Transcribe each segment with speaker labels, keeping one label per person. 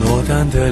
Speaker 1: 落单的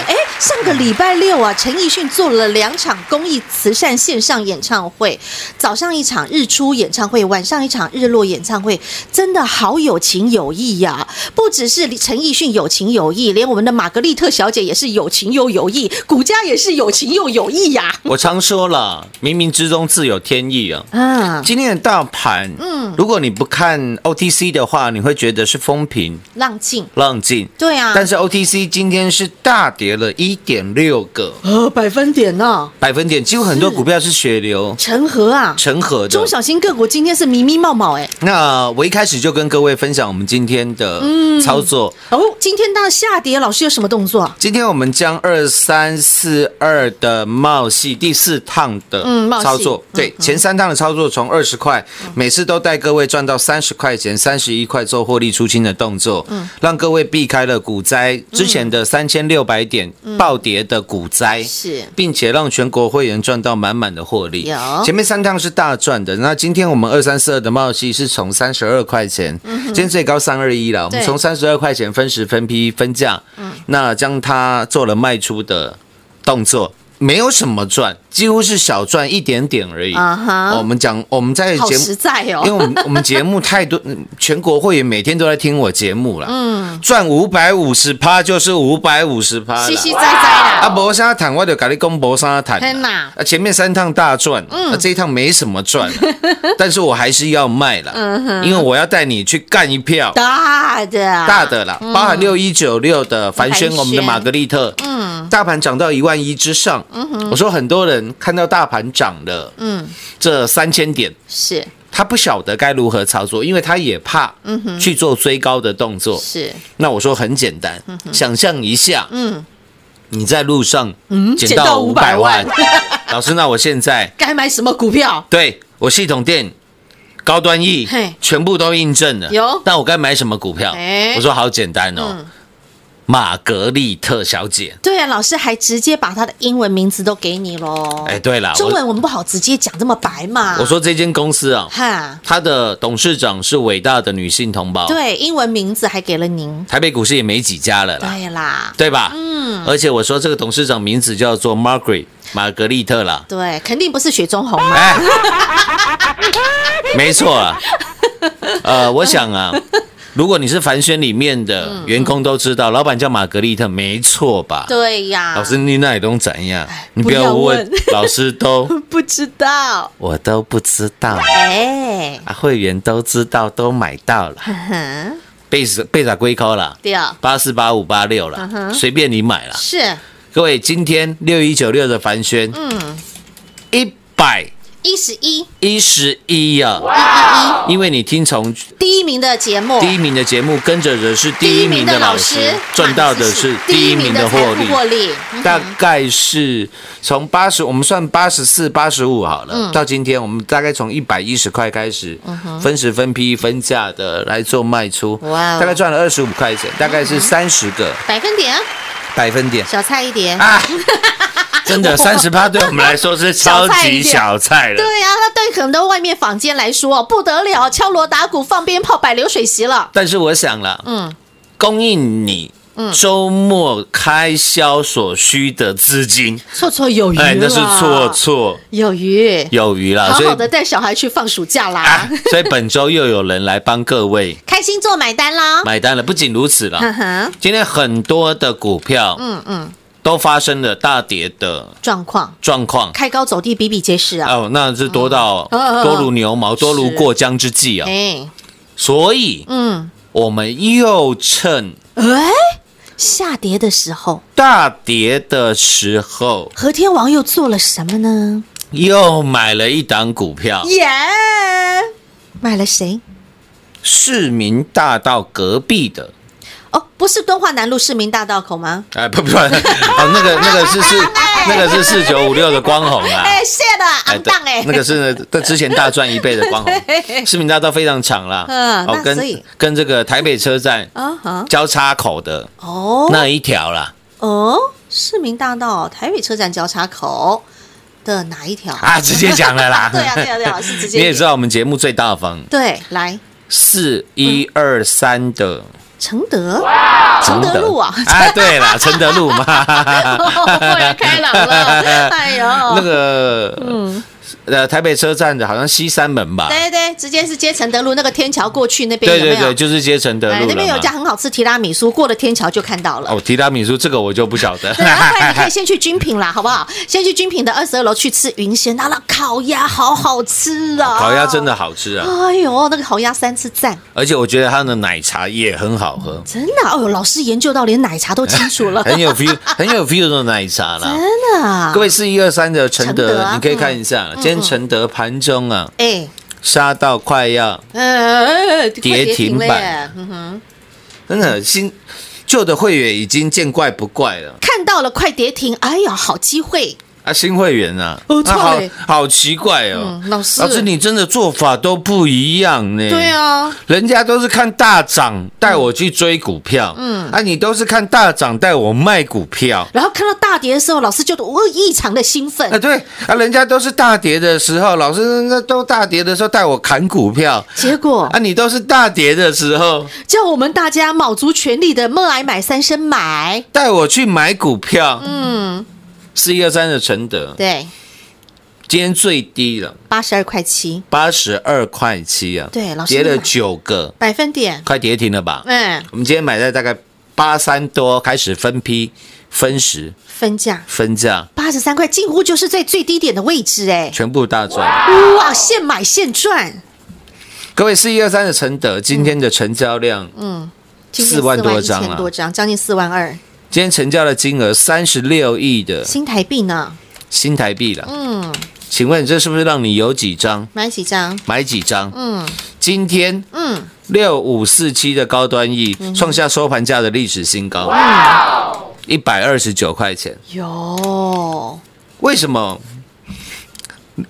Speaker 2: 哎，上个礼拜六啊，陈奕迅做了两场公益慈善线上演唱会，早上一场日出演唱会，晚上一场日落演唱会，真的好有情有义呀、不只是陈奕迅有情有义，连我们的玛格丽特小姐也是有情又有义，股价也是有情又有义呀、
Speaker 3: 我常说了，冥冥之中自有天意啊。
Speaker 2: 啊，
Speaker 3: 今天的大盘，嗯，如果你不看 OTC 的话，你会觉得是风平
Speaker 2: 浪静，
Speaker 3: 浪静。
Speaker 2: 对啊，
Speaker 3: 但是 OTC 今天是大跌了一点六个
Speaker 2: 呃百分点呢、
Speaker 3: 百分点，几乎很多股票是血流
Speaker 2: 成河啊，
Speaker 3: 成河的
Speaker 2: 中。小型个股今天是迷迷冒冒哎、
Speaker 3: 那我一开始就跟各位分享我们今天的操作。
Speaker 2: 哦，今天大下跌，老师有什么动作啊？
Speaker 3: 今天我们将二三四二的茂系第四趟的
Speaker 2: 嗯茂系
Speaker 3: 操作，
Speaker 2: 嗯
Speaker 3: 对、前三趟的操作从二十块、每次都带各位赚到三十块钱、三十一块做获利出清的动作，
Speaker 2: 嗯
Speaker 3: 让各位避开了股灾之前的三千六百点暴跌的股灾，
Speaker 2: 是
Speaker 3: 并且让全国会员赚到满满的获利。
Speaker 2: 有
Speaker 3: 前面三趟是大赚的，那今天我们二三四二的茂系是从三十二块钱，今天最高三二一了，我
Speaker 2: 嗯
Speaker 3: 们
Speaker 2: 对嗯
Speaker 3: 从三十二块钱分时分批分价，那将它做了卖出的动作。没有什么赚，几乎是小赚一点点而已。
Speaker 2: 啊哈
Speaker 3: 我们讲，我们在
Speaker 2: 好
Speaker 3: 节目
Speaker 2: 实在
Speaker 3: 因为
Speaker 2: 哦，
Speaker 3: 我们我们节目太多，嗯全国会员每天都在听我节目 啦。嗯，赚五百五十趴就是五百五十趴
Speaker 2: 稀稀
Speaker 3: 啦。
Speaker 2: 哉哉
Speaker 3: 啊，
Speaker 2: 啦，
Speaker 3: 博沙坦，我就跟你讲博沙坦
Speaker 2: 天
Speaker 3: 啦
Speaker 2: 哪。
Speaker 3: 啊，前面三趟大赚，
Speaker 2: 嗯
Speaker 3: 啊，这一趟没什 么赚，但是我还是要卖了，因为我要带你去干一票。
Speaker 2: 嗯大的
Speaker 3: 大的啦，包含六一九六的凡轩，
Speaker 2: 凡轩
Speaker 3: 我们的玛格丽特，嗯，大盘涨到一万一之上，
Speaker 2: 嗯
Speaker 3: 我说很多人看到大盘涨了，嗯，这三千点，
Speaker 2: 是
Speaker 3: 他不晓得该如何操作，因为他也怕
Speaker 2: 嗯
Speaker 3: 去做追高的动作。
Speaker 2: 是，
Speaker 3: 那我说很简单，
Speaker 2: 嗯
Speaker 3: 想象一下，嗯，你在路上捡
Speaker 2: 嗯捡
Speaker 3: 到
Speaker 2: 到
Speaker 3: 五百
Speaker 2: 500
Speaker 3: 万
Speaker 2: 万，
Speaker 3: 老师，那我现在
Speaker 2: 该买什么股票？
Speaker 3: 对我系统店。高端 E
Speaker 2: 嘿
Speaker 3: 全部都印证了，
Speaker 2: 有
Speaker 3: 但我该买什么股票？
Speaker 2: 哎嗯
Speaker 3: 我说好简单哦，玛格丽特小姐。
Speaker 2: 对啊，老师还直接把他的英文名字都给你喽。
Speaker 3: 哎，对了，
Speaker 2: 哦中
Speaker 3: 我
Speaker 2: 文我们不好直接讲这么白嘛。
Speaker 3: 我说这间公司啊，
Speaker 2: 哈，
Speaker 3: 它的董事长是伟大的女性同胞，
Speaker 2: 对，英文名字还给了您。
Speaker 3: 台北股市也没几家了啦。
Speaker 2: 对啦，
Speaker 3: 对吧？嗯，而且我说这个董事长名字叫做 Margaret 玛格丽特啦，
Speaker 2: 对，肯定不是雪中红嘛。
Speaker 3: 哎， 没错啊。呃，我想啊，如果你是凡轩里面的员工都知道，老板叫玛格丽特，没错吧？
Speaker 2: 嗯对呀，
Speaker 3: 老师，你那里都怎样？你不
Speaker 2: 不
Speaker 3: 要
Speaker 2: 要
Speaker 3: 问
Speaker 2: 问，
Speaker 3: 老师都
Speaker 2: 不知道。
Speaker 3: 我都不知道
Speaker 2: 哎，
Speaker 3: 啊，会员都知道，都买到了，
Speaker 2: 嗯哼，
Speaker 3: 被被打龟扣了，
Speaker 2: 对啊，嗯
Speaker 3: 八四八五八六了，随便你买了。
Speaker 2: 是
Speaker 3: 各位，今天六一九六的凡轩，嗯，一百
Speaker 2: 一十一一
Speaker 3: 一十一呀，
Speaker 2: 一
Speaker 3: 因为你听从
Speaker 2: 一第一名的节目，
Speaker 3: 第一名的节目，跟着的是第一名的老师，赚到的是第一名的获利，
Speaker 2: 获利。
Speaker 3: 大概是从八十，我们算八十四、八十五好了，到今天我们大概从一百一十块开始，分时分批分价的来做卖出，
Speaker 2: 哇哦
Speaker 3: 大概赚了二十五块钱，大概是三十个
Speaker 2: 百分点，
Speaker 3: 百分点。
Speaker 2: 小菜一碟。
Speaker 3: 啊，真的三十八对我们来说是超级小菜了。
Speaker 2: 对呀、那对很多外面坊间来说不得了，敲锣打鼓、放鞭炮、摆流水席了。
Speaker 3: 但是我想了，嗯，供应你
Speaker 2: 嗯
Speaker 3: 周末开销所需的资金，
Speaker 2: 绰绰有余
Speaker 3: 哎，那是
Speaker 2: 啦
Speaker 3: 绰绰
Speaker 2: 有余，
Speaker 3: 有余啦。
Speaker 2: 好
Speaker 3: 所以
Speaker 2: 好的带小孩去放暑假啦，
Speaker 3: 啊，所以本周又有人来帮各位
Speaker 2: 开心做买单啦。
Speaker 3: 买单了。不仅如此
Speaker 2: 哼
Speaker 3: 啦，
Speaker 2: 哼，
Speaker 3: 今天很多的股票，嗯嗯，都发生了大跌的
Speaker 2: 状况
Speaker 3: 状况。
Speaker 2: 开高走低比比皆是啊。
Speaker 3: 哦，那是多到
Speaker 2: 嗯
Speaker 3: 多如牛毛，多如
Speaker 2: 是
Speaker 3: 过江之鲫啊！
Speaker 2: 哎，
Speaker 3: 所以，
Speaker 2: 嗯，
Speaker 3: 我们又趁
Speaker 2: 哎，下跌的时候，
Speaker 3: 大跌的时候，
Speaker 2: 和天王又做了什么呢？
Speaker 3: 又买了一档股票，
Speaker 2: 耶、买了谁？
Speaker 3: 市民大道隔壁的。
Speaker 2: 哦，不是敦化南路市民大道口吗？
Speaker 3: 哎，不不，哦，那个那个是是那个是四九五六的光红啊。
Speaker 2: 哎，谢了，昂
Speaker 3: 对
Speaker 2: 当哎，
Speaker 3: 那个是在之前大赚一倍的 光红，市民大道非常长啦。
Speaker 2: 嗯
Speaker 3: 哦
Speaker 2: 那，所
Speaker 3: 跟
Speaker 2: 以
Speaker 3: 跟这个台北车站
Speaker 2: 啊哈，
Speaker 3: 交叉口的
Speaker 2: 哦
Speaker 3: 那一条啦。
Speaker 2: 哦，市民大道台北车站交叉口的哪一条？
Speaker 3: 啊，直接讲了
Speaker 2: 。
Speaker 3: 啦
Speaker 2: 对啊，对啊，对啊，是直接
Speaker 3: 你也知道我们节目最大方，
Speaker 2: 对，来
Speaker 3: 四一二三的
Speaker 2: 承德，承德路啊，
Speaker 3: 哎，对啦，承德路嘛，
Speaker 2: 豁开朗 了，哎呦，
Speaker 3: 那个，
Speaker 2: 嗯
Speaker 3: 呃，台北车站的好像西三门吧？
Speaker 2: 对对，直接是接承德路那个天桥过去那边，
Speaker 3: 对
Speaker 2: 有没
Speaker 3: 对
Speaker 2: 有
Speaker 3: 对，？就是接承德
Speaker 2: 哎，
Speaker 3: 路
Speaker 2: 那
Speaker 3: 了
Speaker 2: 边有一家
Speaker 3: 嘛。
Speaker 2: 很好吃提拉米苏，过了天桥就看到了。
Speaker 3: 哦，提拉米苏这个我就不晓得。
Speaker 2: 对，啊然后不然你可以先去军品啦，好不好？先去军品的二十二楼去吃云仙，那那烤鸭好好吃啊！
Speaker 3: 烤鸭真的好吃啊，
Speaker 2: 哎呦，那个烤鸭三次赞，
Speaker 3: 而且我觉得它的奶茶也很 好喝，
Speaker 2: 真的、啊，哎呦，老师研究到连奶茶都清楚 了，
Speaker 3: 很有 feel，很有 feel 的奶茶啦。
Speaker 2: 真的、啊。
Speaker 3: 哎各位四一二三的承
Speaker 2: 承德
Speaker 3: 德，
Speaker 2: 啊
Speaker 3: 你可以看一下，今天承德盘中啊
Speaker 2: 哎，
Speaker 3: 杀到快要，
Speaker 2: 呃，
Speaker 3: 跌停板
Speaker 2: 快耶嗯
Speaker 3: 真的新旧的会员已经见怪不怪了。
Speaker 2: 看到了，快跌停！哎呀，好机会，
Speaker 3: 啊，新会员啊，
Speaker 2: 哦
Speaker 3: 那好
Speaker 2: 对
Speaker 3: 好奇怪哦，
Speaker 2: 嗯老师
Speaker 3: 你真的做法都不一样呢。
Speaker 2: 对，啊，
Speaker 3: 人家都是看大涨带我去追股票，嗯，嗯，啊，你都是看大涨带我卖股票，
Speaker 2: 然后看到大跌的时候，老师就我异常的兴奋
Speaker 3: 啊，，对啊，人家都是大跌的时候，老师那都大跌的时候带我砍股票
Speaker 2: 结果
Speaker 3: 啊，你都是大跌的时候
Speaker 2: 叫我们大家卯足全力的梦来买三生买，
Speaker 3: 带我去买股票，嗯，四一二三的承德
Speaker 2: 对，
Speaker 3: 今天最低了
Speaker 2: 八十二块七
Speaker 3: 八十二块七啊，
Speaker 2: 对老师
Speaker 3: 跌了
Speaker 2: 你买
Speaker 3: 九个，
Speaker 2: 百分点，
Speaker 3: 快跌停了吧？
Speaker 2: 嗯，
Speaker 3: 我们今天买在大概八三多开始分批、分时、
Speaker 2: 分价
Speaker 3: 分价，
Speaker 2: 八十三块，近乎就是在最低点的位置，哎，
Speaker 3: 全部大赚。
Speaker 2: 哇，现买现赚，
Speaker 3: 各位，四一二三的承德今天的成交量，
Speaker 2: 嗯今天
Speaker 3: 4万多
Speaker 2: 4
Speaker 3: 张啊
Speaker 2: 万1千多张，将近四万二
Speaker 3: 今天成交的金额三十六亿的
Speaker 2: 新台币呢，
Speaker 3: 新台币了。
Speaker 2: 嗯，
Speaker 3: 请问这是不是让你有几张
Speaker 2: 买几张？
Speaker 3: 买几张？
Speaker 2: 嗯
Speaker 3: 今天
Speaker 2: 嗯，
Speaker 3: 六五四七的高端 E 创下收盘价的历史新高，
Speaker 2: 哦
Speaker 3: 一百二十九块钱。
Speaker 2: 有，
Speaker 3: 为什么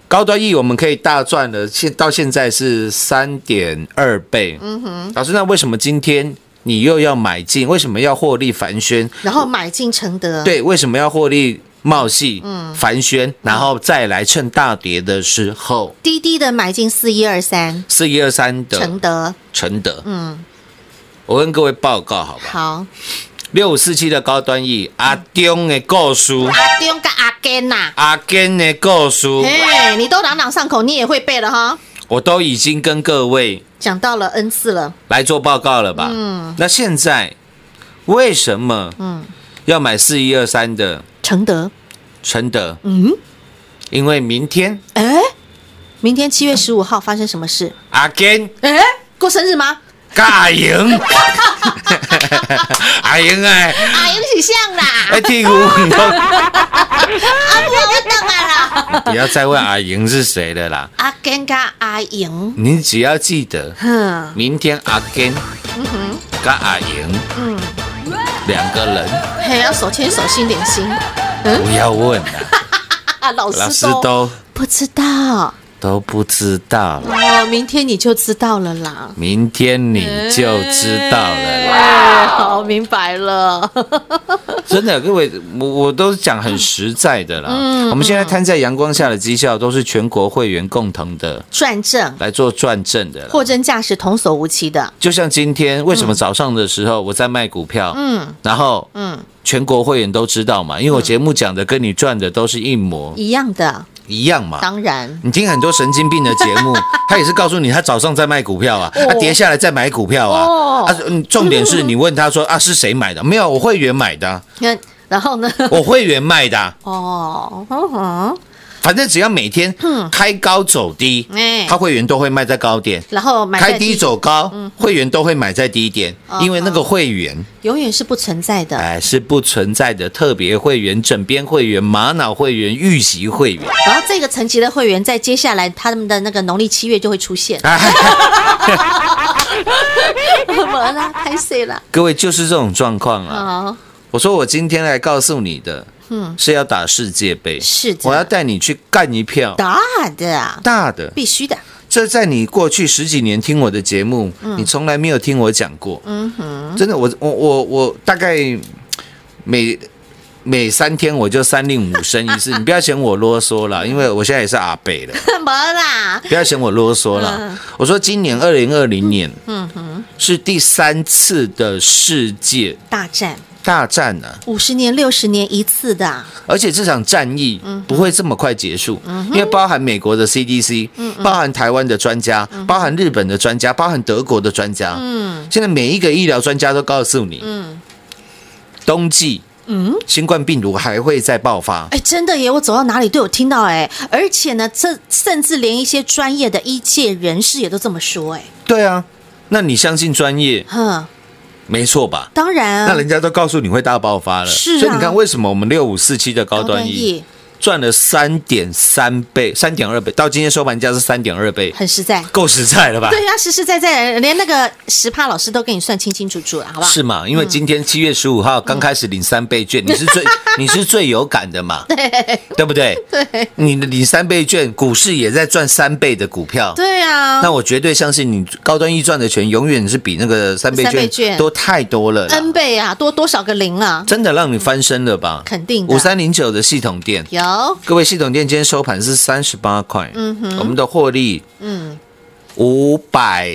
Speaker 3: 高端 E 我们可以大赚的？现到现在是三点二倍。嗯哼，老师，那为什么今天你又要买进？为什么要获利繁宣？
Speaker 2: 然后买进承德，，
Speaker 3: 对，为什么要获利冒戏？嗯，繁宣，然后再来趁大跌的时候，
Speaker 2: 滴滴的买进四一二三
Speaker 3: 四一二三
Speaker 2: 承
Speaker 3: 的
Speaker 2: 德，
Speaker 3: 承德，
Speaker 2: 嗯，
Speaker 3: 我跟各位报告好吧？
Speaker 2: 好，
Speaker 3: 六五四七的高端 E，阿中的故事，
Speaker 2: 阿丁啊跟阿根呐、
Speaker 3: 阿根的故事，
Speaker 2: 哎，你都朗朗上口，你也会背了哈。
Speaker 3: 我都已经跟各位。
Speaker 2: 讲到了 N 次了，
Speaker 3: 来做报告了吧？嗯，那现在为什么嗯要买四一二三的
Speaker 2: 承德，
Speaker 3: 承德？
Speaker 2: 嗯，
Speaker 3: 因为明天
Speaker 2: 哎，明天七月十五号发生什么事？
Speaker 3: 阿根
Speaker 2: 哎，过生日吗？
Speaker 3: 跟阿 莹，阿莹哎，
Speaker 2: 阿英是啊像啦，
Speaker 3: 哎屁股很痛，
Speaker 2: 阿波就当然啦。
Speaker 3: 不要再问阿莹是谁了啦，
Speaker 2: 阿根跟阿英，
Speaker 3: 你只要记得
Speaker 2: 哼，
Speaker 3: 明天阿根
Speaker 2: 嗯
Speaker 3: 跟阿莹，嗯，两个人
Speaker 2: 还要手牵手心连心。嗯，
Speaker 3: 不要问啦，
Speaker 2: 啊，老
Speaker 3: 老
Speaker 2: 师
Speaker 3: 师
Speaker 2: 都
Speaker 3: 都
Speaker 2: 不知道
Speaker 3: 都不知道了，
Speaker 2: 哦，明天你就知道了啦。
Speaker 3: 明天你就知道了啦。
Speaker 2: 哎，好，明白了。
Speaker 3: 真的，各位，我我都讲很实在的啦。我们现在摊在阳光下的绩效，都是全国会员共同的
Speaker 2: 转正，
Speaker 3: 来做转正的啦。
Speaker 2: 货真价实，童叟无欺的。
Speaker 3: 就像今天，为什么早上的时候我在卖股票，嗯，然后嗯，全国会员都知道嘛，因为我节目讲的跟你赚的都是一模
Speaker 2: 一样的，
Speaker 3: 一样嘛。
Speaker 2: 当然
Speaker 3: 你听很多神经病的节 目，他也是告诉你他早上在卖股票啊，他跌下来再买股票啊
Speaker 2: 哦。
Speaker 3: 啊，嗯重 点是你问他说啊是谁买的？没有，我会员买的啊，
Speaker 2: 那然后呢？
Speaker 3: 我会员卖的啊。
Speaker 2: 哦，嗯哼，
Speaker 3: 反正只要每天开高走低，
Speaker 2: 嗯哎
Speaker 3: 他会员都会卖在高点；
Speaker 2: 然后买在嗯
Speaker 3: 开低走高，会员都会买在低点，
Speaker 2: 哦
Speaker 3: 因为那个会员
Speaker 2: 永远是不存在的。
Speaker 3: 哎是不存在的特别会员、枕边会员、玛瑙会员、预习会员。。
Speaker 2: 然后这个层级的会员，在接下来他们的那个农历七月就会出现
Speaker 3: 哎，
Speaker 2: 嗯么啦？太水了。
Speaker 3: 各位就是这种状况啊！
Speaker 2: 哦，
Speaker 3: 我说我今天来告诉你的，是要打世界杯，
Speaker 2: 是的
Speaker 3: 我要带你去干一票
Speaker 2: 大的啊，
Speaker 3: 大的。
Speaker 2: 必须的。
Speaker 3: 这在你过去十几年听我的节目，你从来没有听我讲过。嗯哼，真的，我我我我大概每每三天我就三令五 申一次，你不要嫌我啰嗦了，因为我现在也是阿北了，
Speaker 2: 怎么啦？
Speaker 3: 不要嫌我啰嗦 了。我说今年二零二零年，嗯哼，是第三次的世界
Speaker 2: 大战
Speaker 3: 大战啊呢、
Speaker 2: 五十年、六十年一次的啊，
Speaker 3: 而且这场战役
Speaker 2: 嗯
Speaker 3: 不会这么快结束，因为包含美国的 CDC，包
Speaker 2: 嗯
Speaker 3: 含台湾的专家，包含日本的专家，包含德国的专家，
Speaker 2: 嗯
Speaker 3: 现在每一个医疗专家都告诉你，冬季，
Speaker 2: 嗯
Speaker 3: 新冠病毒还会再爆发。
Speaker 2: 哎，真的耶！我走到哪里都有听到哎，而且呢，这甚至连一些专业的医界人士也都这么说哎。
Speaker 3: 对啊，那你相信专业
Speaker 2: 哼，
Speaker 3: 没错吧？
Speaker 2: 当然啊，
Speaker 3: 那人家都告诉你会大爆发了，
Speaker 2: 是啊
Speaker 3: 所以你看为什么我们六五四七的高端疫，赚了三点三倍，三点二倍，到今天收盘价是三点二倍，
Speaker 2: 很实在。
Speaker 3: 够实在了吧？
Speaker 2: 对呀、啊实实在在，连那个十趴老师都给你算清清楚楚了，好不好？
Speaker 3: 是吗？因为今天七月十五号刚开始领三倍券，你是 最你是最有感的嘛？对，对不对？对，你领三倍券，股市也在赚三倍的股票。
Speaker 2: 对啊
Speaker 3: 那我绝对相信你高端易赚的钱，永远是比那个三倍
Speaker 2: 三倍
Speaker 3: 券嗯
Speaker 2: 券
Speaker 3: 多太多了啦，
Speaker 2: ，N 倍啊，多多少个零啊？
Speaker 3: 真的让你翻身了吧？
Speaker 2: 肯定的
Speaker 3: 五三零九的系统店，
Speaker 2: 有，
Speaker 3: 各位系统店今天收盘是三十八块，嗯哼，我们的获利，嗯，五百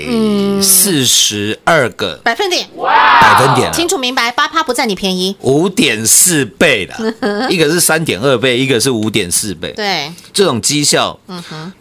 Speaker 3: 四十二个
Speaker 2: 百分点，
Speaker 3: 百分点了，啊
Speaker 2: 清楚明白，八趴不占你便宜。
Speaker 3: 五点四倍 啦，一个是三点二倍，一个是五点四倍。
Speaker 2: 对，嗯
Speaker 3: 这种绩效，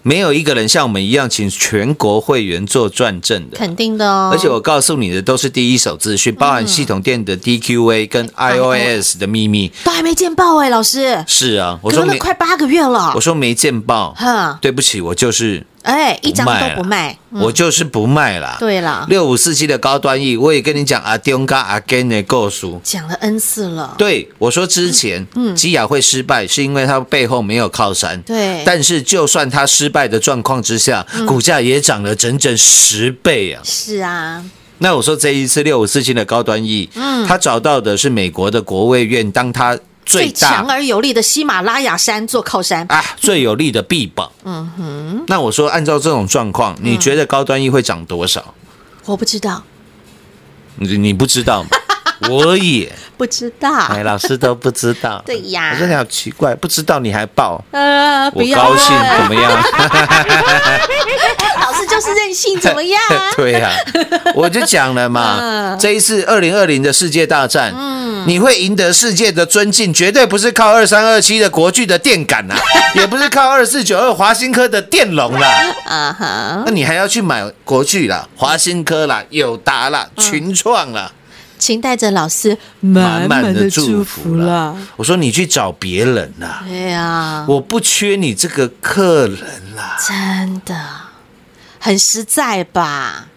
Speaker 3: 没有一个人像我们一样请全国会员做转正的。
Speaker 2: 肯定的哦。
Speaker 3: 而且我告诉你的都是第一手资讯，包
Speaker 2: 嗯
Speaker 3: 含系统店的 DQA 跟
Speaker 2: 哎
Speaker 3: iOS 的秘密。
Speaker 2: 都还没见报哎，老师，
Speaker 3: 是啊，我
Speaker 2: 隔
Speaker 3: 说
Speaker 2: 了
Speaker 3: 没，
Speaker 2: 快八个月了
Speaker 3: 我，说没见报
Speaker 2: 哼，
Speaker 3: 对不起，我就是
Speaker 2: 哎，一张
Speaker 3: 卖啊
Speaker 2: 都
Speaker 3: 啦
Speaker 2: 不卖。
Speaker 3: 我就是不卖啦。
Speaker 2: 对啊啦
Speaker 3: 六五四七的高端 E，我也跟你讲阿丁跟阿 Gen 的构数。
Speaker 2: 讲了 N 次了，
Speaker 3: 对，我说之前，嗯，基亚会失败，是因为它背后没有靠山。
Speaker 2: 对
Speaker 3: 但是就算它失败的状况之下，
Speaker 2: 嗯
Speaker 3: 股价也涨了整整十倍啊！
Speaker 2: 是啊，
Speaker 3: 那我说这一次六五四七的高端 E，嗯，他找到的是美国的国卫院，当他最
Speaker 2: 最强
Speaker 3: 大
Speaker 2: 而有力的喜马拉雅山做靠山，
Speaker 3: 啊最有力的臂膀。嗯哼，那我说按照这种状
Speaker 2: 嗯
Speaker 3: 况，你觉得高端 E 会涨多少？
Speaker 2: 我不知道，
Speaker 3: 你你不知 道吗？我也，
Speaker 2: 不知道，
Speaker 3: 哎，老师都不知道。
Speaker 2: 对呀
Speaker 3: 我说你好奇怪，不知道你还报。
Speaker 2: 呃，不
Speaker 3: 我
Speaker 2: 要
Speaker 3: 高兴
Speaker 2: 问
Speaker 3: 怎么样？
Speaker 2: 老师就是任性，怎么 样？
Speaker 3: 对呀、我就讲了嘛，
Speaker 2: 嗯
Speaker 3: 这一次二零二零的世界大战，你会赢得世界的尊敬，绝对不是靠二三二七的国巨的电感 呐、也不是靠二四九二华新科的电容啦，
Speaker 2: 啊哈，
Speaker 3: 那你还要去买国巨啦、华新科啦、友达啦、群创啦。
Speaker 2: 请带着老师
Speaker 3: 满
Speaker 2: 嗯满
Speaker 3: 满
Speaker 2: 满
Speaker 3: 的
Speaker 2: 的
Speaker 3: 祝
Speaker 2: 祝
Speaker 3: 福
Speaker 2: 福
Speaker 3: 啦
Speaker 2: 啦。嗯
Speaker 3: 我说你去找别人啦、
Speaker 2: 对哎呀，
Speaker 3: 我不缺你这个客人啦。
Speaker 2: 真的很实在吧？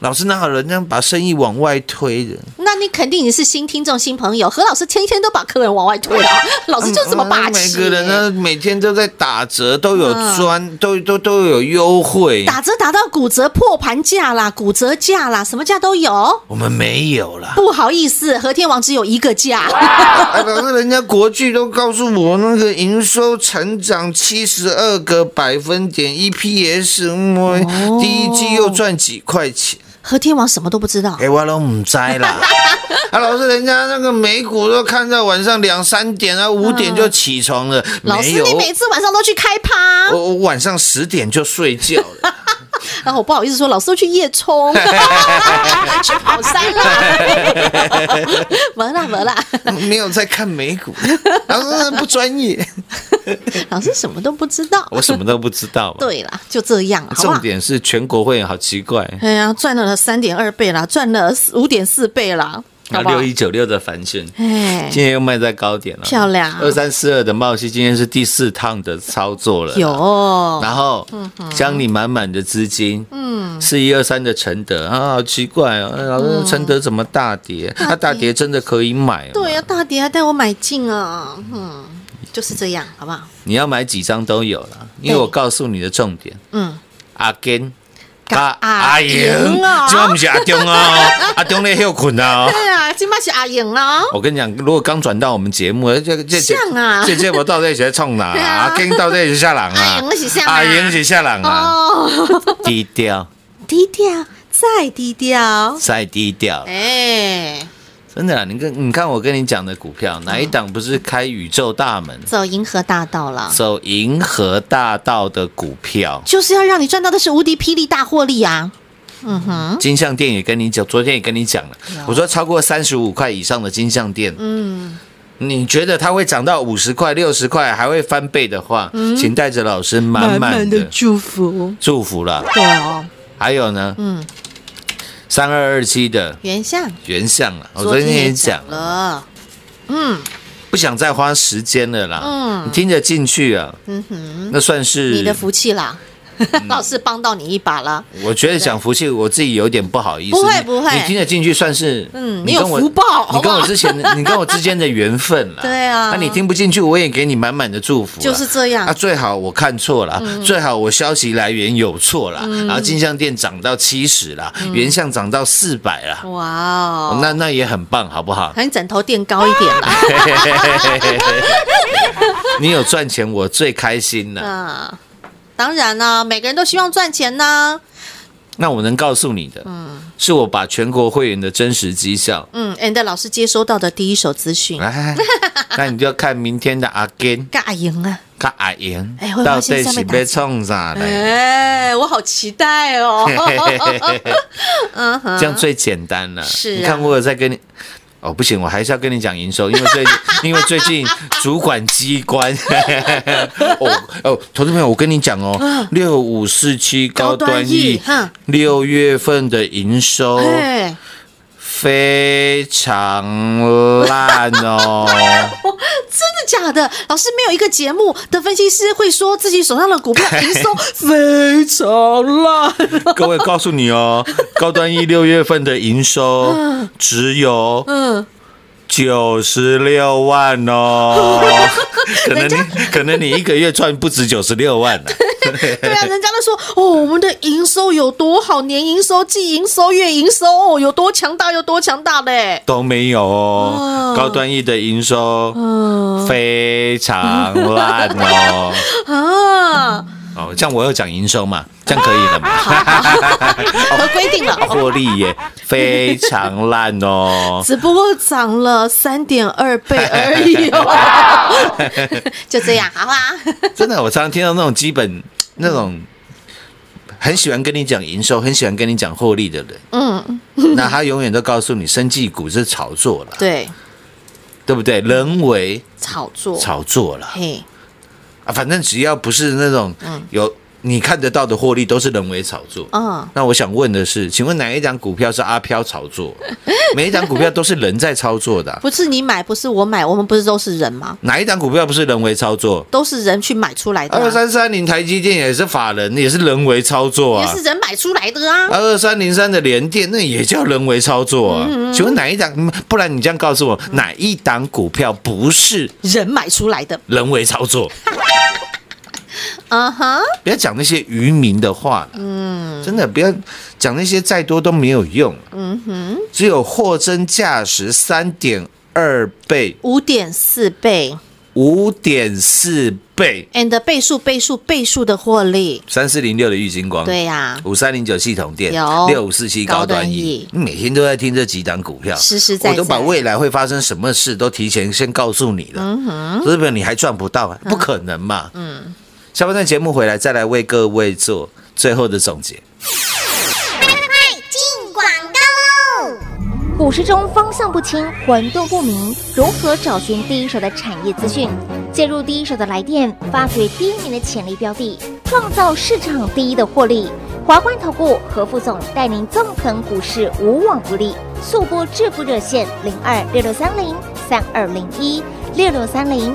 Speaker 3: 老师哪有人这样把生意往外推的？
Speaker 2: 那你肯定你是新听众、新朋友，何老师天天都把客人往外推 啊，老师就是这么霸气、
Speaker 3: 嗯
Speaker 2: 嗯
Speaker 3: 每个人呢，每天都在打折，都有专，都都都有优惠。
Speaker 2: 打折打到骨折破盘价啦，骨折价啦，什么价都有。
Speaker 3: 我们没有 啦，
Speaker 2: 不好意思，和天王只有一个价，
Speaker 3: 啊可是人家国巨都告诉我那个营收成长七十二个百分点，EPS，嗯，
Speaker 2: 哦
Speaker 3: 第一季又赚几块钱，
Speaker 2: 和天王什么都不知道
Speaker 3: 哎、。我都唔知啦。 啊，老师，人家那个美股都看到晚上两三点啊，五点就起床了，
Speaker 2: 嗯老
Speaker 3: 没
Speaker 2: 师，
Speaker 3: 有，哦
Speaker 2: 你每次晚上都去开趴，
Speaker 3: 我我晚上十点就睡觉了。
Speaker 2: 然后我不好意思说，老师都去夜 冲，去跑山啦，没啦没啦，
Speaker 3: 没有在看美 股，然后不专业，
Speaker 2: 老师什么都不知道。
Speaker 3: 我什么都不知道。，
Speaker 2: 对啦，就这样，好不
Speaker 3: 哦重
Speaker 2: 好？
Speaker 3: 点是全国会员好奇怪。
Speaker 2: 哎呀，赚了三点二倍啦，赚了五点四倍啦，
Speaker 3: 那
Speaker 2: 好不好
Speaker 3: 六？一九六的凡讯，
Speaker 2: 哎，
Speaker 3: 今天又卖在高点了，
Speaker 2: 漂亮
Speaker 3: 二三四二的茂熙今天是第四趟的操作了，。
Speaker 2: 有嗯
Speaker 3: 然后将你满满的资金，嗯，四一二三的承德啊，好奇怪哦，哎老师
Speaker 2: 嗯
Speaker 3: 承德怎么大跌？它大跌真的可以买？
Speaker 2: 对呀、，大迪还带我买进啊，嗯，就是这样，好不好？
Speaker 3: 你要买几张都有了，因为
Speaker 2: 对
Speaker 3: 我告诉你的重点，
Speaker 2: 嗯，
Speaker 3: 阿根。
Speaker 2: 甲阿英啊
Speaker 3: 今晚不是阿中啊， 阿中咧休困啊。
Speaker 2: 对啊，金马是阿莹啊，
Speaker 3: 我跟你讲，如果刚转到我们节目，这这这
Speaker 2: 像啊
Speaker 3: 这节目到底是在冲 哪？
Speaker 2: 对啊
Speaker 3: 阿根到底是下人
Speaker 2: 阿？
Speaker 3: 啊
Speaker 2: 莹是像
Speaker 3: 阿英是下人啊？
Speaker 2: 哦，
Speaker 3: 低调，
Speaker 2: 低调再低调，
Speaker 3: 再低调，
Speaker 2: 哎，
Speaker 3: 真的啊，你跟你看我跟你讲的股票，
Speaker 2: 嗯
Speaker 3: 哪一档不是开宇宙大门，
Speaker 2: 走银河大道了。
Speaker 3: 走银河大道的股票？
Speaker 2: 就是要让你赚到的是无敌霹雳大获利啊！
Speaker 3: 金像店也跟你讲，昨天也跟你讲了，我说超过三十五块以上的金像店，嗯，你觉得它会涨到五十块、六十块，还会翻倍的话，请带着老师嗯满满的
Speaker 2: 祝福，
Speaker 3: 祝福了。
Speaker 2: 对哦，
Speaker 3: 还有呢，嗯，三二二七的
Speaker 2: 原相，
Speaker 3: 原相啊了，我昨天也讲了，
Speaker 2: 了，
Speaker 3: 不想再花时间了啦，嗯，你听得进去啊，嗯哼，那算是嗯
Speaker 2: 你的福气啦， 老师帮到你一把了。
Speaker 3: 我觉得讲福气，我自己有点不好意思。
Speaker 2: 不会
Speaker 3: 你
Speaker 2: 不会
Speaker 3: 你听得进去算是
Speaker 2: 嗯
Speaker 3: 你
Speaker 2: 你有
Speaker 3: 跟我
Speaker 2: 福报
Speaker 3: 你跟
Speaker 2: 好不
Speaker 3: 我
Speaker 2: 好
Speaker 3: 之 前的，你跟我之间的缘分啦。
Speaker 2: 对啊
Speaker 3: 那你听不进去，我也给你满满的祝福啦。
Speaker 2: 就是这样嗯
Speaker 3: 啊，最好我看错了，最好我消息来源有错啦。然后金像店涨到七十啦，原相涨到四百啦，
Speaker 2: 哇嗯哦，
Speaker 3: 那那也很棒，好不 好？
Speaker 2: 那你枕头垫高一点啦。
Speaker 3: 你有赚钱，我最开心了。
Speaker 2: 啊，当然啦、每个人都希望赚钱呐、
Speaker 3: 那我能告诉你的，是我把全国会员的真实绩效。
Speaker 2: 嗯，and 老师接收到的第一手资讯，
Speaker 3: 哎， 那你就要看明天的阿根
Speaker 2: 尬赢啊！
Speaker 3: 跟阿莹
Speaker 2: 哎会
Speaker 3: 到
Speaker 2: 发现
Speaker 3: 底
Speaker 2: 下
Speaker 3: 是
Speaker 2: 面打
Speaker 3: 被冲啥嘞？
Speaker 2: 哎、我好期待哦！
Speaker 3: 这样最简单了。
Speaker 2: 是嗯啊
Speaker 3: 你看我有在跟你。哦，不行，我还是要跟你讲营收，因为 最因为最近主管机关， 哦哦，投资朋友，我跟你讲哦，六五四七
Speaker 2: 嗯高
Speaker 3: 高
Speaker 2: 端嗯
Speaker 3: 端
Speaker 2: 疫
Speaker 3: 疫
Speaker 2: 哼，
Speaker 3: 六月份的营收
Speaker 2: 哎、
Speaker 3: 非常烂 哦，
Speaker 2: 真的假的？老师没有一个节目的分析师会说自己手上的股票营收非常烂。
Speaker 3: 各位告诉你哦，高端一六月份的营收只有
Speaker 2: 嗯，
Speaker 3: 九十六万 哦，可能你可能你一个月赚不止九十六万呢、
Speaker 2: 对啊，人家都说哦，我们的营收有多好，年营收、季营收、月营收哦，有多强大，有多强大嘞！
Speaker 3: 都没有哦
Speaker 2: 哦。
Speaker 3: 高端一的营收
Speaker 2: 嗯
Speaker 3: 非常烂 哦。
Speaker 2: 啊，
Speaker 3: 哦，这样我要讲营收嘛，这样可以了嘛？
Speaker 2: 合规定了。
Speaker 3: 获利也非常 烂哦。
Speaker 2: 只不过涨了三点二倍而已哦， 就这样，好啊。
Speaker 3: 真的，我常常听到那种基本那种很喜欢跟你讲营收，很喜欢跟你讲获利的人，
Speaker 2: 嗯，
Speaker 3: 那他永远都告诉你，生技股是炒作了，
Speaker 2: 对，
Speaker 3: 对不对？人为
Speaker 2: 炒作，
Speaker 3: 炒作了
Speaker 2: 嘿，
Speaker 3: 啊，反正只要不是那种有你看得到的获利，都是人为炒作。
Speaker 2: 嗯，
Speaker 3: 那我想问的是，请问哪一张股票是阿飘炒作？ 每一张股票都是人在操作的啊、
Speaker 2: 不是你买，不是我买，我们不是都是人吗？
Speaker 3: 哪一张股票不是人为操作？
Speaker 2: 都是人去买出来的、
Speaker 3: 二
Speaker 2: 啊，
Speaker 3: 三三零台积电也是法人，也是人为操作
Speaker 2: 也
Speaker 3: 啊
Speaker 2: 是。人买出来的啊。
Speaker 3: 啊，二三零三的联电那也叫人为操作啊？请问哪一档？嗯不然你这样告诉我，
Speaker 2: 嗯
Speaker 3: 哪一档股票不是
Speaker 2: 人买出来的，
Speaker 3: 人为操作？
Speaker 2: 嗯哼，
Speaker 3: 不要讲那些愚民的话嗯，真的不要讲那些再多都没有用。嗯哼，只有货真价实三点二倍、
Speaker 2: 五点四倍
Speaker 3: 五点四倍，
Speaker 2: ，and 倍数倍数倍数的获利，
Speaker 3: 三四零六的玉金光，
Speaker 2: 对呀、
Speaker 3: 五三零九系统店，
Speaker 2: 有
Speaker 3: 六五四七高端一嗯
Speaker 2: 高，
Speaker 3: 你每天都在听这几档股票，
Speaker 2: 实实在在
Speaker 3: 我都把未来会发生什么事都提前先告诉你了。
Speaker 2: 嗯
Speaker 3: 日本你还赚不到啊？不可能嘛！嗯，下半段节目回来再来为各位做最后的总结。
Speaker 4: 进广告喽！股市中方向不清、混沌不明，如何找寻第一手的产业资讯？介入第一手的来电，发掘第一名的潜力标的，创造市场第一的获利。华冠投顾何副总带领纵横股市，无往不利。速播致富热线零二六六三零三二零一六六三零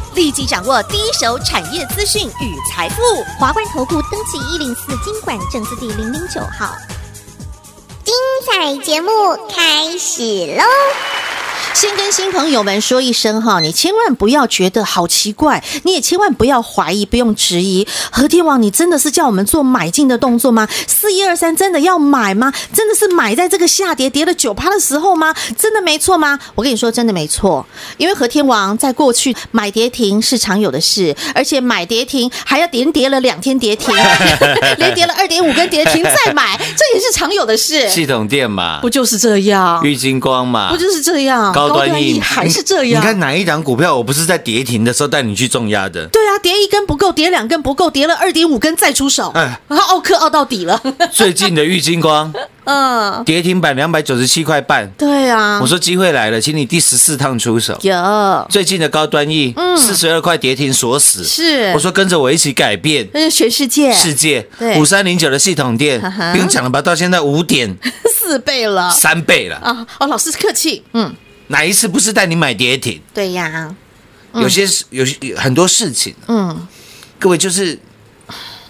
Speaker 5: 立即掌握第一手产业资讯与财富。
Speaker 4: 华冠投顾登记一零四经管证字第零零九号。精彩节目开始喽！
Speaker 2: 先跟新朋友们说一声哈，你千万不要觉得好奇怪，你也千万不要怀疑，不用质疑。和天王，你真的是叫我们做买进的动作吗？四一二三真的要买吗？真的是买在这个下跌跌了九趴的时候吗？真的没错吗？我跟你说，真的没错，因为和天王在过去买跌停是常有的事，而且买跌停还要连跌了两天跌停，连跌了二点五根跌停再买，这也是常有的事，
Speaker 3: 系统店嘛，
Speaker 2: 不就是这样？
Speaker 3: 玉金光嘛
Speaker 2: 不，就是这样？
Speaker 3: 高端
Speaker 2: 硬
Speaker 3: 硬
Speaker 2: 还是这样
Speaker 3: 你看哪一档股票，我不是在跌停的时候带你去重压的？
Speaker 2: 对啊，跌一根不够，跌两根不够，跌了二点五根再出手，
Speaker 3: 哎
Speaker 2: 然后奥克奥到底了。
Speaker 3: 最近的玉 金光
Speaker 2: 嗯，
Speaker 3: 跌停板两百九十七块半，
Speaker 2: 对啊，
Speaker 3: 我说机会来了，请你第十四趟出手。
Speaker 2: 有
Speaker 3: 最近的高端易，四十二块跌停锁死，
Speaker 2: 嗯是
Speaker 3: 我说跟着我一起改变
Speaker 2: 那是全世界
Speaker 3: 世界
Speaker 2: 对。
Speaker 3: 五三零九的系统店
Speaker 2: 哈哈
Speaker 3: 不用讲了吧，到现在五点
Speaker 2: 四倍了
Speaker 3: 三倍了，
Speaker 2: 啊！哦，老师客气，嗯，
Speaker 3: 哪一次不是带你买跌停？
Speaker 2: 对呀，
Speaker 3: 有些事有些有很多事情，啊
Speaker 2: 嗯
Speaker 3: 各位就是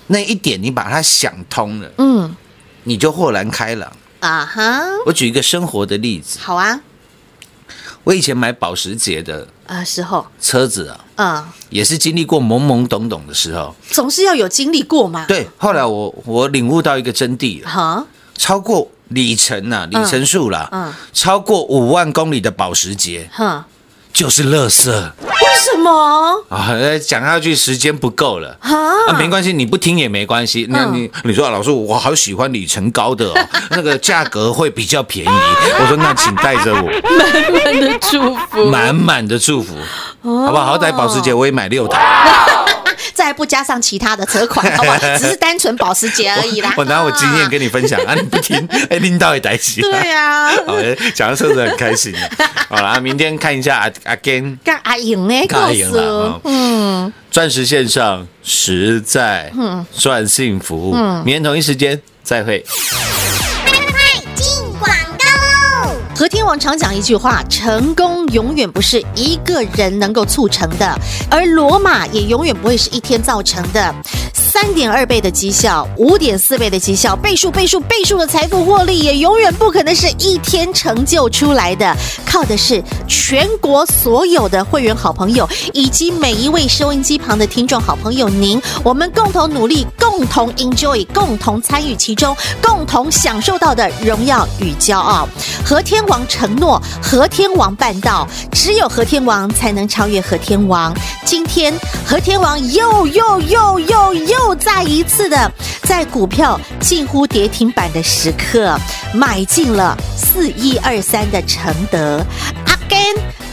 Speaker 3: 那一点，你把它想通了，
Speaker 2: 嗯
Speaker 3: 你就豁然开朗。
Speaker 2: 啊哈，
Speaker 3: 我举一个生活的例子，
Speaker 2: 好啊
Speaker 3: 我以前买保时捷的
Speaker 2: 啊，时候，
Speaker 3: 车子啊，
Speaker 2: 嗯，
Speaker 3: 也是经历过懵懵懂懂的时候。
Speaker 2: 总是要有经历过嘛。，
Speaker 3: 对，后来我我领悟到一个真谛了，
Speaker 2: 哈，
Speaker 3: 超过里程啊，里程数啦，
Speaker 2: 嗯
Speaker 3: 超过五万公里的保时捷
Speaker 2: 哼，
Speaker 3: 就是垃圾
Speaker 2: 为什么？
Speaker 3: 啊！讲下去时间不够了。
Speaker 2: 哈，
Speaker 3: 啊，没关系，你不听也没关系。那
Speaker 2: 嗯
Speaker 3: 你你说、啊老师，我好喜欢里程高的 哦，那个价格会比较便宜。我说那请带着我，
Speaker 2: 满的祝福，哦
Speaker 3: 满满的祝福，好不好？好歹保时捷我也买六台，
Speaker 2: 再不加上其他的车款，
Speaker 3: 。
Speaker 2: 好不好？只是单纯保时捷而已啦
Speaker 3: 我拿我经验跟你分享啊，你不听，哎，拎到也逮起。
Speaker 2: 对啊呀、
Speaker 3: 好，哎讲到车子很开心啊。好啦，明天看一下阿阿 Gan
Speaker 2: 干阿颖呢？
Speaker 3: 干阿
Speaker 2: 告
Speaker 3: 颖
Speaker 2: 诉
Speaker 3: 啦
Speaker 2: 我
Speaker 3: 哦
Speaker 2: 嗯，
Speaker 3: 钻石线上实在赚幸福。明天同一时间再会。
Speaker 4: 进广告喽。
Speaker 2: 和天王常讲一句话：成功永远不是一个人能够促成的，而罗马也永远不会是一天造成的。三点二倍的绩效，五点四倍的绩效，倍数倍数倍数的财富获利，也永远不可能是一天成就出来的。靠的是全国所有的会员好朋友，以及每一位收音机旁的听众好朋友您，我们共同努力，共同 enjoy，共同参与其中，共同享受到的荣耀与骄傲。和天王承诺，和天王办到，只有和天王才能超越和天王。今天和天王又又又又又再一次的在股票近乎跌停板的时刻，买进了四一二三的承德。阿根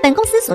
Speaker 4: 本公司所